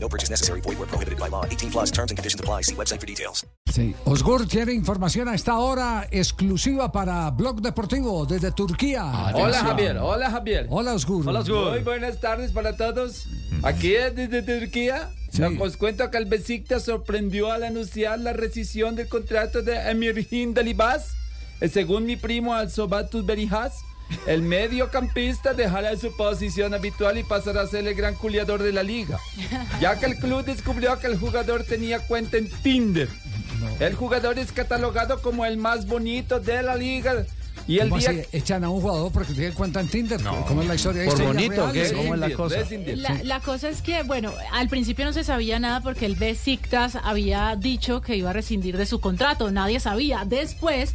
No purchase necessary. Void where prohibited by law. 18 plus terms and conditions apply. See website for details. Sí. Osgur tiene información a esta hora exclusiva para Blog Deportivo desde Turquía. Hola Javier, hola Javier. Hola Osgur. Hola, Muy buenas tardes para todos. Aquí desde Turquía. Os cuento que el Besiktas sorprendió al anunciar la rescisión del contrato de Emirhin Dalibas. Eh, Según mi primo Alzobatus Berijas, el mediocampista dejará su posición habitual y pasará a ser el gran culiador de la liga. Ya que el club descubrió que el jugador tenía cuenta en Tinder. El jugador es catalogado como el más bonito de la liga. Y el ¿Cómo día así? ¿Echan a un jugador porque tiene cuenta en Tinder? ¿Cómo es la historia? ¿Por ¿Historia bonito real? o qué? Sí. ¿Cómo es la cosa? La, la cosa es que, bueno, al principio no se sabía nada porque el Besiktas había dicho que iba a rescindir de su contrato. Nadie sabía. Después